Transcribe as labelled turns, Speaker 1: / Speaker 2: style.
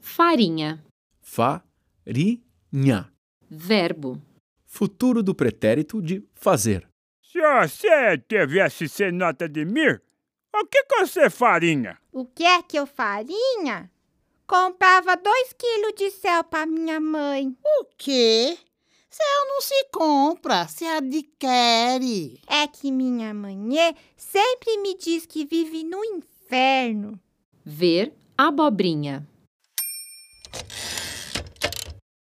Speaker 1: Farinha.
Speaker 2: Farinha.
Speaker 1: Verbo.
Speaker 2: Futuro do pretérito de fazer.
Speaker 3: Se você tivesse sem nota de mil, o que que você faria?
Speaker 4: O que é que eu farinha? Comprava dois quilos de céu pra minha mãe.
Speaker 5: O quê? Céu não se compra, se adquire.
Speaker 4: É que minha mãe é, sempre me diz que vive no inferno.
Speaker 1: Ver abobrinha.